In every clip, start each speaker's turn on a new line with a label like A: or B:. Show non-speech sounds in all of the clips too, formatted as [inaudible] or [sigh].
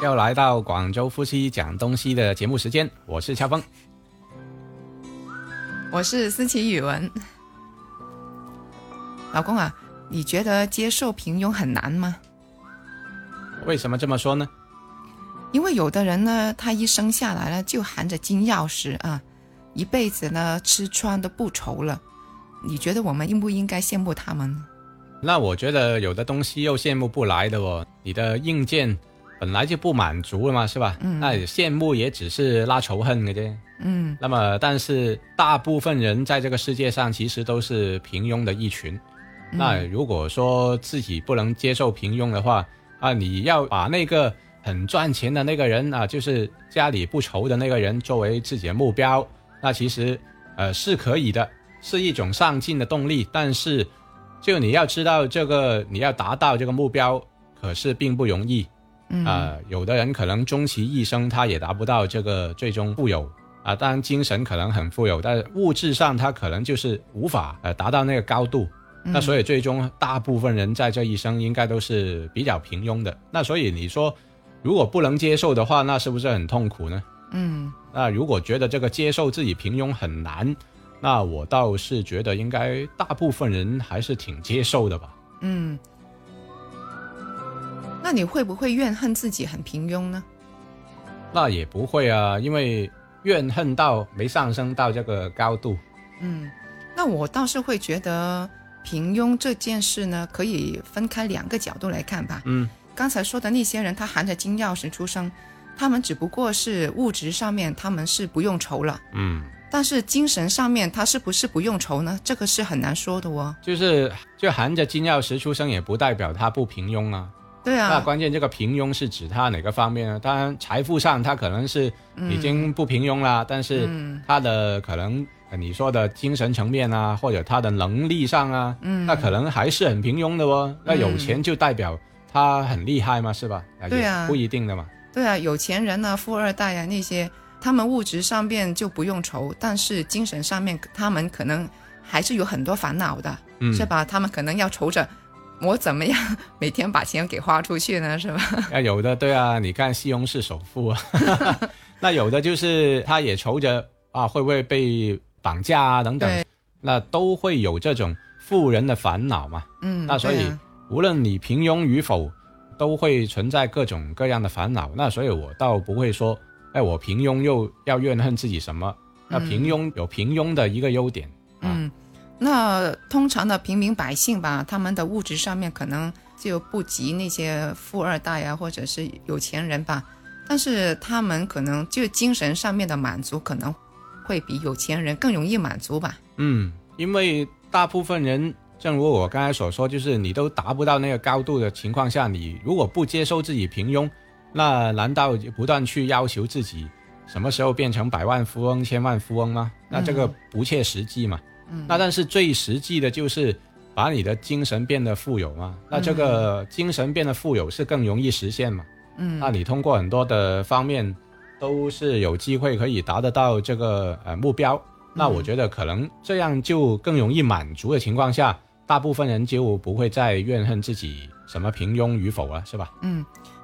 A: 又来到广州夫妻讲东西的节目时间，我是乔峰。
B: 我是思琪语文。老公啊，你觉得接受平庸很难吗？
A: 为什么这么说呢？
B: 因为有的人呢，他一生下来呢就含着金钥匙啊，一辈子呢吃穿都不愁了。你觉得我们应不应该羡慕他们呢？
A: 那我觉得有的东西又羡慕不来的哦。你的硬件本来就不满足了嘛，是吧？
B: 嗯
A: 那羡慕也只是拉仇恨的啫。
B: 嗯
A: 那么，但是大部分人在这个世界上其实都是平庸的一群。那如果说自己不能接受平庸的话，啊，你要把那个很赚钱的那个人啊，就是家里不愁的那个人作为自己的目标，那其实呃是可以的，是一种上进的动力。但是，就你要知道这个，你要达到这个目标，可是并不容易。
B: 嗯
A: 啊、有的人可能终其一生他也达不到这个最终富有啊、当然精神可能很富有，但是物质上他可能就是无法呃达到那个高度。
B: 嗯
A: 那所以最终大部分人在这一生应该都是比较平庸的。那所以你说，如果不能接受的话，那是不是很痛苦呢？
B: 嗯
A: 那如果觉得这个接受自己平庸很难，那我倒是觉得应该大部分人还是挺接受的吧。
B: 嗯。那你会不会怨恨自己很平庸呢？
A: 那也不会啊，因为怨恨到没上升到这个高度。
B: 嗯，那我倒是会觉得平庸这件事呢，可以分开两个角度来看吧。
A: 嗯，
B: 刚才说的那些人，他含着金钥匙出生，他们只不过是物质上面他们是不用愁了，
A: 嗯，
B: 但是精神上面他是不是不用愁呢？这个是很难说的哦。
A: 就是就含着金钥匙出生，也不代表他不平庸啊。
B: 对
A: 那
B: 啊，
A: 关键这个平庸是指他哪个方面呢？当然，财富上他可能是已经不平庸
B: 嗯
A: 啦，但是他的可能呃你说的精神层面啊，或者他的能力上啊，
B: 嗯
A: 那可能还是很平庸的哦。那有
B: 嗯
A: 钱就代表他很厉害吗？是吧？
B: 对啊
A: 也不一定
B: [laughs]
A: 的嘛。
B: 对啊，有钱人啊，富二代啊那些，他们物质上面就不用愁，但是精神上面他们可能还是有很多烦恼的，
A: 嗯
B: 是吧？他们可能要愁着我怎么样每天把钱给花出去呢，是吧？
A: 那有的对啊，你看西红柿首富
B: [laughs]
A: 啊，那有的就是他也愁着啊，会不会被绑架啊等等
B: 对，
A: 那都会有这种富人的烦恼嘛。
B: 嗯，
A: 那所
B: 对
A: 以
B: 啊
A: 无论你平庸与否，都会存在各种各样的烦恼。那所以我倒不会说，哎，我平庸又要怨恨自己什么。那平庸有平庸的一个优点，
B: 嗯，那通常的平民百姓吧，他们的物质上面可能就不及那些富二代啊，或者是有钱人吧，但是他们可能就精神上面的满足，可能会比有钱人更容易满足吧。
A: 嗯，因为大部分人，正如我刚才所说，就是你都达不到那个高度的情况下，你如果不接受自己平庸，那难道不断去要求自己什么时候变成百万富翁、千万富翁吗？那这个不切实际嘛。嗯、那但是最实际的就是把你的精神变得富有嘛。那这个精神变得富有是更容易实现嘛？
B: 嗯，
A: 那你通过很多的方面都是有机会可以达得到这个呃目标。那我觉得可能这样就更容易满足的情况下，大部分人就不会再怨恨自己什么平庸与否了，是吧？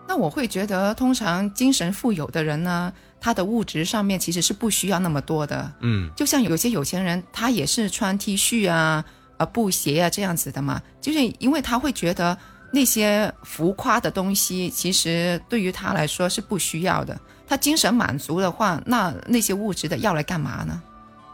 B: 那我会觉得，通常精神富有的人呢，他的物质上面其实是不需要那么多的。
A: 嗯，
B: 就像有些有钱人，他也是穿 T 恤啊、啊布鞋啊这样子的嘛，就是因为他会觉得那些浮夸的东西，其实对于他来说是不需要的。他精神满足的话，那那些物质的要来干嘛呢？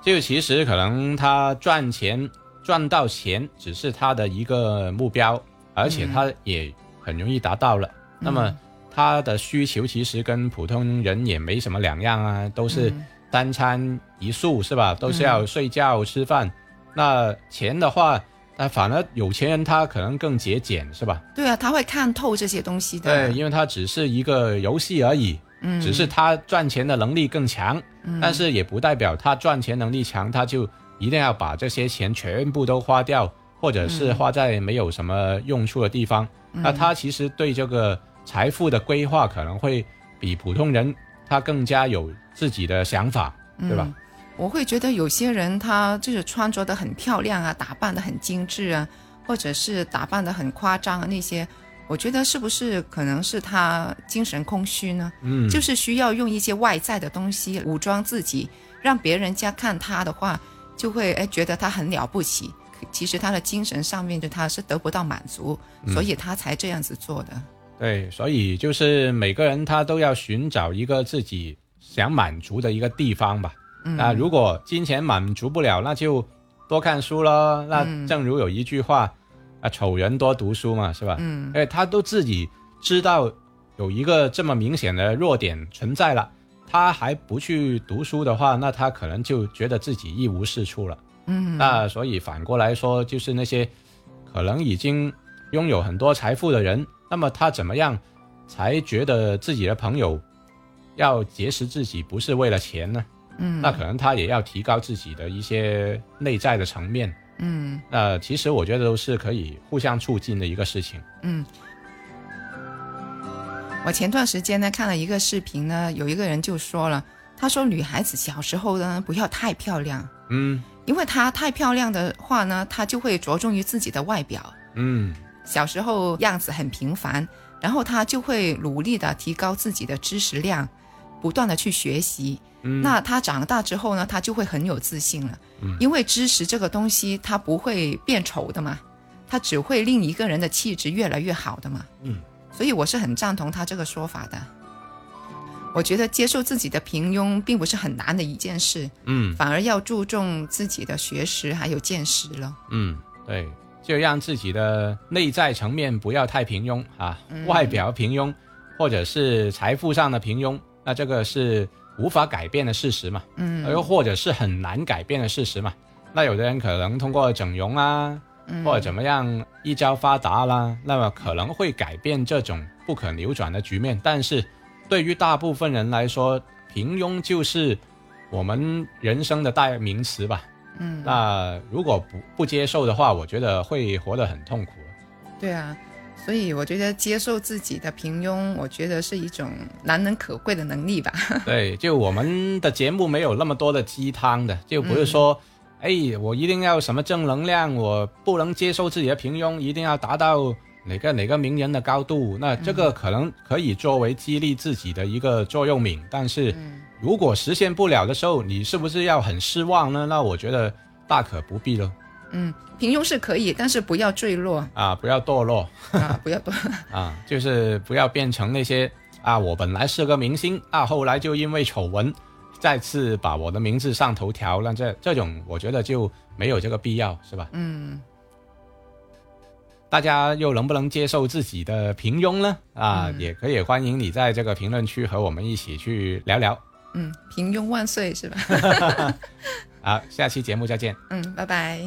A: 就其实可能他赚钱赚到钱只是他的一个目标，而且他也很容易达到了。那么他的需求其实跟普通人也没什么两样啊，都是三餐一宿是吧？都是要睡觉吃饭。那钱的话，那反而有钱人他可能更节俭是吧？
B: 对啊，他会看透这些东西的。
A: 因为他只是一个游戏而已，
B: 嗯，
A: 只是他赚钱的能力更强，但是也不代表他赚钱能力强，他就一定要把这些钱全部都花掉，或者是花在没有什么用处的地方。那他其实对这个财富的规划可能会比普通人他更加有自己的想法，对吧？
B: 我会觉得有些人他就是穿着的很漂亮啊，打扮的很精致啊，或者是打扮的很夸张啊，那些我觉得是不是可能是他精神空虚呢？嗯，就是需要用一些外在的东西武装自己，让别人家看他的话，就会哎觉得他很了不起。其实他的精神上面就他是得不到满足，所以他才这样子做的。
A: 对，所以就是每个人他都要寻找一个自己想满足的一个地方吧。那如果金钱满足不了，那就多看书咯。那正如有一句话，啊，丑人多读书嘛，是吧？嗯，因为他都自己知道有一个这么明显的弱点存在了，他还不去读书的话，那他可能就觉得自己一无是处了。
B: 嗯，
A: 那所以反过来说，就是那些可能已经拥有很多财富的人，那么他怎么样才觉得自己的朋友要结识自己，不是为了钱呢？
B: 嗯
A: 那可能他也要提高自己的一些内在的层面。
B: 嗯
A: 那其实我觉得都是可以互相促进的一个事情。
B: 嗯。我前段时间呢看了一个视频呢，有一个人就说了，他说女孩子小时候呢不要太漂亮，
A: 嗯
B: 因为她太漂亮的话呢，她就会着重于自己的外表。
A: 嗯
B: 小时候样子很平凡，然后她就会努力的提高自己的知识量，不断的去学习。
A: 嗯
B: 那她长大之后呢，她就会很有自信了，因为知识这个东西它不会变丑的嘛，它只会令一个人的气质越来越好的嘛。
A: 嗯，
B: 所以我是很赞同她这个说法的。我觉得接受自己的平庸并不是很难的一件事，
A: 嗯
B: 反而要注重自己的学识还有见识了。
A: 嗯，对，就让自己的内在层面不要太平庸啊，外表平庸或者是财富上的平庸，那这个是无法改变的事实嘛。
B: 嗯
A: 又或者是很难改变的事实嘛。那有的人可能通过整容啊，或者怎么样一朝发达啦，那么可能会改变这种不可扭转的局面。但是，对于大部分人来说，平庸就是我们人生的代名词吧。
B: 嗯，
A: 那如果不不接受的话，我觉得会活得很痛苦。
B: 对啊，所以我觉得接受自己的平庸，我觉得是一种难能可贵的能力吧。 [laughs]
A: 对，就我们的节目没有那么多的鸡汤的，就不是说，哎、我一定要什么正能量，我不能接受自己的平庸，一定要达到哪个哪个名人的高度。那这个可能可以作为激励自己的一个座右铭，但是如果实现不了的时候，你是不是要很失望呢？那我觉得大可不必了
B: 嗯，平庸是可以，但是不要坠落
A: 啊，不要堕落。
B: 啊，不要 [laughs] 多。
A: 啊，就是不要变成那些啊，我本来是个明星啊，后来就因为丑闻再次把我的名字上头条，那这这种我觉得就没有这个必要，是吧？
B: 嗯
A: 大家又能不能接受自己的平庸呢？啊，也可以欢迎你在这个评论区和我们一起去聊聊
B: 嗯，平庸万岁是吧？
A: 啊，下期节目再见。
B: 嗯，拜拜。